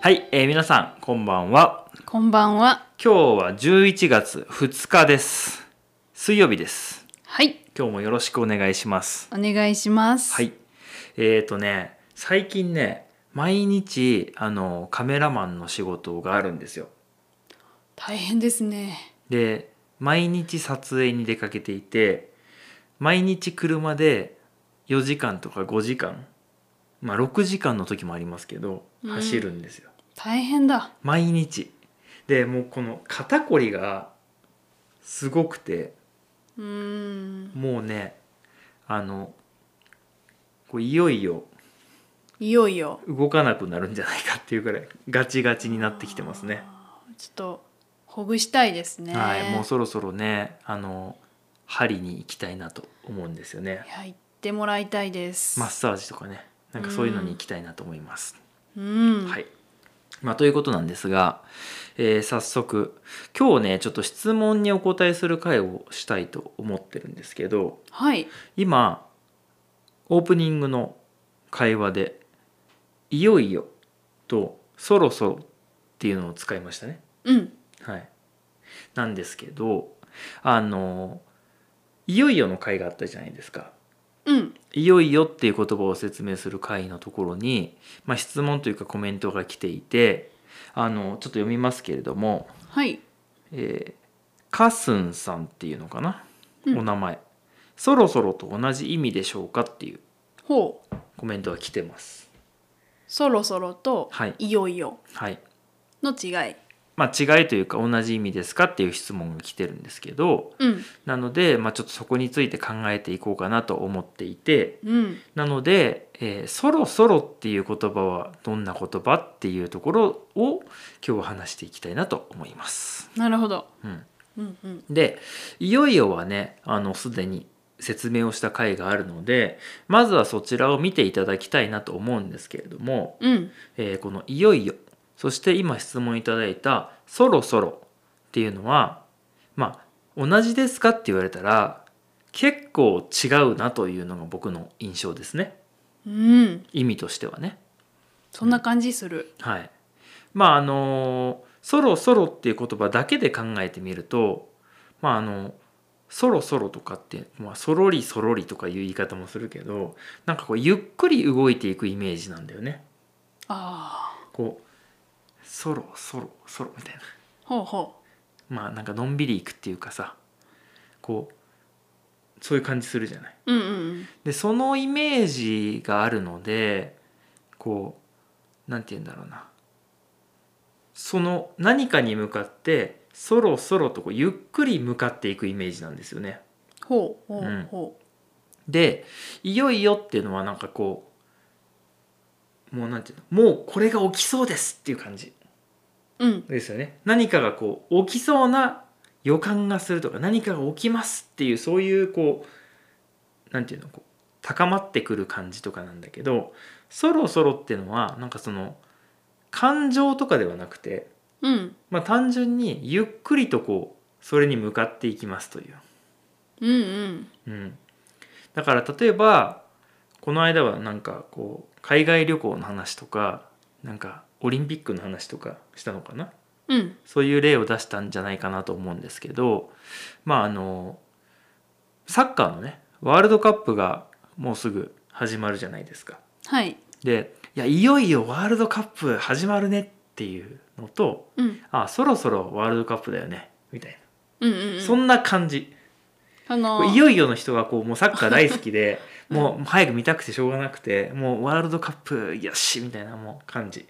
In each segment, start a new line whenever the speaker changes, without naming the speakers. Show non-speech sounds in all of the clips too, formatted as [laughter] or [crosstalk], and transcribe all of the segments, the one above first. はい、えー皆さんこんばんは
こんばんは。
今日は11月2日です水曜日です
はい、
今日もよろしくお願いします
お願いします。
はいえー、とね最近ね毎日あのカメラマンの仕事があるんですよ
大変ですね。
で毎日撮影に出かけていて毎日車で4時間とか5時間まあ6時間の時もありますけど
うん
走るんですよ、
大変だ。
毎日でもうこの肩こりがすごくて
うーん。
もうねあのこういよいよ
いよいよ。
動かなくなるんじゃないかっていうくらいガチガチになってきてますね。
ちょっとほぐしたいですね。
はい、もうそろそろねあの針に行きたいなと思うんですよね
いや言ってもらいたいです。
マッサージとかねなんかそういうのに行きたいなと思います。
うん。
はい、まあ、ということなんですが、えー早速今日ねちょっと質問にお答えする回をしたいと思ってるんですけど
はい。
今オープニングの会話で「いよいよ」と「そろそろ」っていうのを使いましたね。
うん。
はい、なんですけどあの「いよいよ」の回があったじゃないですか。
うん。
いよいよっていう言葉を説明する回のところに、まあ、質問というかコメントが来ていてあのちょっと読みますけれども、
はい。
えーカスンさんっていうのかな、
うん
お名前そろそろと同じ意味でしょうかっていう
ほう。
コメントが来てます
そろそろと、
はい
いよいよ
はい
の違い。
まあ違いというか同じ意味ですかっていう質問が来てるんですけど
うん。
なので、まあ、ちょっとそこについて考えていこうかなと思っていて
うん。
なので、えーそろそろっていう言葉はどんな言葉っていうところを今日は話していきたいなと思います。
なるほど。
うん、
うんうん。
でいよいよはねあのすでに説明をした回があるのでまずはそちらを見ていただきたいなと思うんですけれども、
うん。
えーこの「いよいよ」そして今質問いただいた「そろそろ」っていうのはまあ同じですかって言われたら結構違うなというのが僕の印象ですね
うん。
意味としてはね。
そんな感じする。
はい、まああの「そろそろ」っていう言葉だけで考えてみるとまああの「そろそろ」とかって、まあ、そろりそろりとかいう言い方もするけどなんかこうゆっくり動いていくイメージなんだよね。
あ
こうそろそろそろみたいな
あ。ほうほ
まあなんかのんびりいくっていうかさこうそういう感じするじゃない。
う。うんうん
でそのイメージがあるのでこうなんて言うんだろうなその何かに向かってそろそろとこうゆっくり向かっていくイメージなんですよね。
ほうほ
うん
うほ
で「いよいよ」っていうのはなんかこうもうなんていうのもうこれが起きそうですっていう感じ
う。うん。
ですよね。何かがこう起きそうな予感がするとか何かが起きますっていうそういうこうなんていうのこう高まってくる感じとかなんだけどそろそろっていうのはなんかその感情とかではなくて、
うん。
まあ、単純にゆっくりとこうそれに向かっていきますという。
うんうん。
うん、だから例えばこの間はなんかこう海外旅行の話とかなんかオリンピックの話とかしたのかな
うん。
そういう例を出したんじゃないかなと思うんですけど、まああのサッカーのねワールドカップがもうすぐ始まるじゃないですか。
はい。
でいやいよいよワールドカップ始まるねっていうのと
うん。
あそろそろワールドカップだよねみたい
うんうんう
な、
ん。
そんな感じ
あの
こういよいよの人がこうもうサッカー大好きでもう早く見たくてしょうがなくてもうワールドカップよしみたいなもう感じ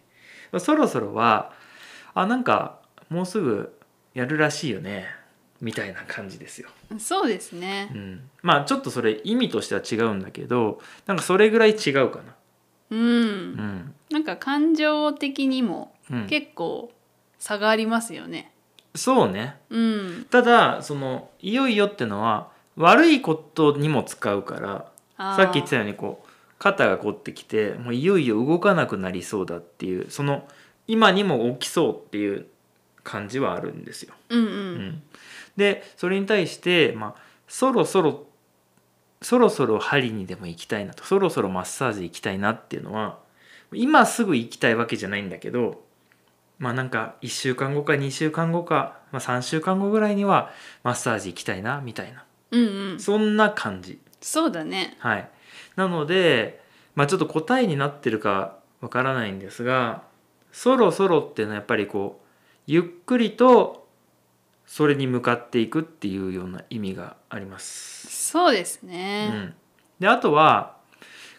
そろそろはあなんかもうすぐやるらしいよねみたいな感じですよ、
そうです
う
ね。
ん、まあちょっとそれ意味としては違うんだけどなんかそれぐらい違うかな
うん。
うん、
なんか感情的にも
うん、
結構差がありますよね。
そうね
うん。
ただその「いよいよ」ってのは悪いことにも使うから
あー
さっき言ってたようにこう肩が凝ってきてもういよいよ動かなくなりそうだっていうその今にも起きそうっていう感じはあるんですよ。
うんう。
うんん、でそれに対して、まあ、そろそろそろそろ針にでも行きたいなとそろそろマッサージ行きたいなっていうのは今すぐ行きたいわけじゃないんだけどまあなんか1週間後か2週間後か、まあ、3週間後ぐらいにはマッサージ行きたいなみたいな
うんうん
そんな感じ
そうだね
はいなのでまあちょっと答えになってるかわからないんですがそろそろっていうのはやっぱりこうゆっくりとそれに向かっていくっていうような意味があります
そうです
う
ね
ん、であとは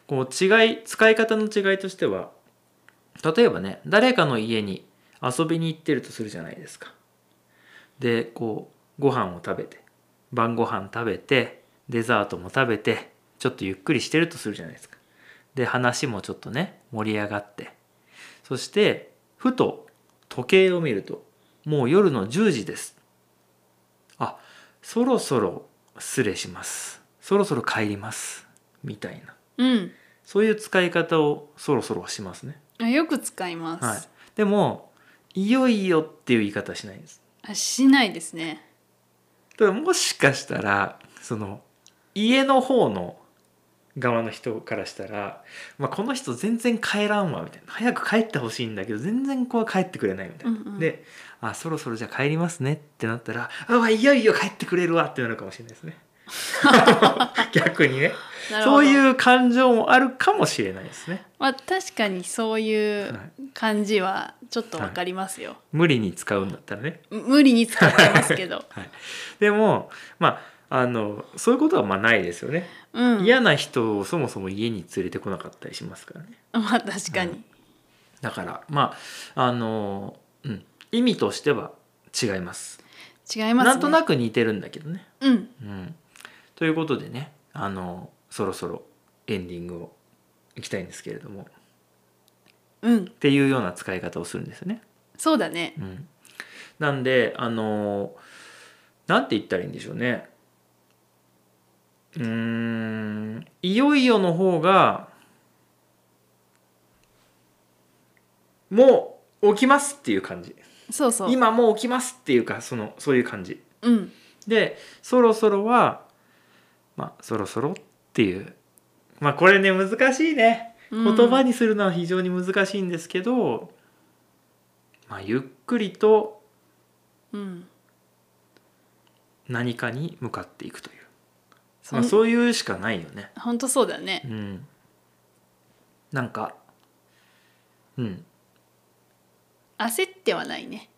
こう違い使い方の違いとしては例えばね誰かの家に遊びに行ってるとするじゃないですか。でこうご飯を食べて晩ご飯食べてデザートも食べてちょっとゆっくりしてるとするじゃないですか。で話もちょっとね盛り上がってそしてふと時計を見るともう夜の10時です。あそろそろ失礼しますそろそろ帰りますみたいな
うん、
そういう使い方をそろそろしますね、
あよく使います、
はい、でも「いよいよ」っていう言い方はしないんです
あしないですね
ただもしかしたらその家の方の側の人からしたら、まあ、この人全然帰らんわみたいな早く帰ってほしいんだけど全然こう帰ってくれないみたいな、
うんうん
であそろそろじゃあ帰りますねってなったらあわいよいよ帰ってくれるわってなるかもしれないですね [laughs] 逆にね
なるほ
そ
ど
ういう感情もあるかもしれないですね、
まあ、確かにそうい
は
う
い
感じはちょっとわかりますよ、
無理に使うんだったらね
む無理に使ってますけど
でもまああのそういうことはまあ [laughs] ないですよね、
うん
嫌な人をそもそも家に連れてこなかったりしますからね
まあ確かに、
だからまああの、うん、意味としては違います
違いますね
なんとなく似てるんだけどね、
うん
うん、ということでねあのそろそろエンディングをいきたいんですけれどもっ
うん
ていうような使い方をするんですよね
そうだね
うん、なんであのーなんて言ったらいいんでしょうねうーん「いよいよ」の方が「もう起きます」っていう感じ
そうそ
「
う
今もう起きます」っていうかそのそういう感じ
うん
で「そろそろは」まあ「そろそろ」っていうまあこれね難しいね。
うん
言葉にするのは非常に難しいんですけど、まあ、ゆっくりと
うん
何かに向かっていくという、
そ
まあ、
ん
そういうしかないよね。
本当そうだね
うん、なんか、うん
焦ってはないね、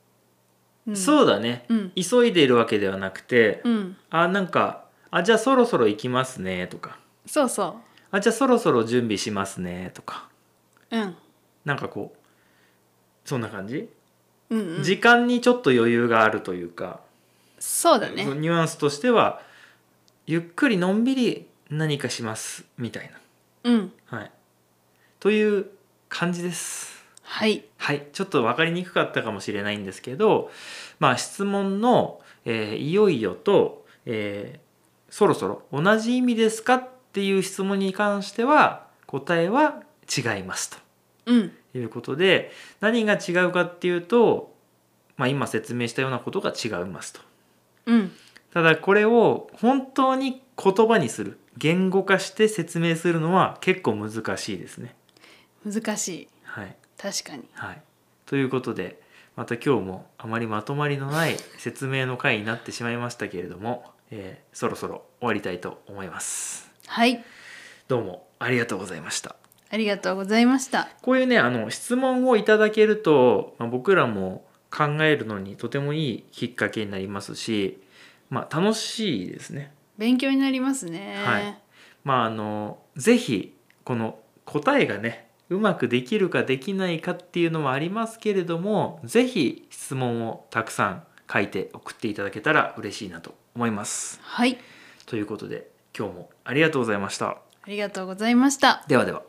うん、う
そうだね
うん
急いでいるわけではなくて、
うん
あなんかあじゃあそろそろ行きますねとか
そうそ
あじゃあそろそろ準備しますねとか
ううん
なんかこうそんな感じ、
うん、うん、
時間にちょっと余裕があるというか。
そうだね
そのニュアンスとしてはゆっくりのんびり何かしますみたい
うん
な、はい、という感じです。
はい
はい、ちょっと分かりにくかったかもしれないんですけど、まあ、質問の、えーいよいよ」と、えーそろそろ」同じ意味ですかっていう質問に関しては答えは違いますと。
うん
ということで何が違うかっていうと、まあ、今説明したようなことが違いますと。
うん
ただこれを本当に言葉にする言語化して説明するのは結構難しいですね。
難しい
はい、
確かに
はい、ということでまた今日もあまりまとまりのない説明の回になってしまいましたけれども、えーそろそろ終わりたいと思います。
はい
どうもありがとうございました。
ありがとうございました
こういうねあの質問をいただけると、まあ、僕らも考えるのにとてもいいきっかけになりますし、まあ、楽しいですね。
勉強になりますね
はいまああのぜひこの答えがねうまくできるかできないかっていうのはありますけれどもぜひ質問をたくさん書いて送っていただけたら嬉しいなと思います。
はい、
ということで今日もありがとうございました。
ありがとうございました
ではでは。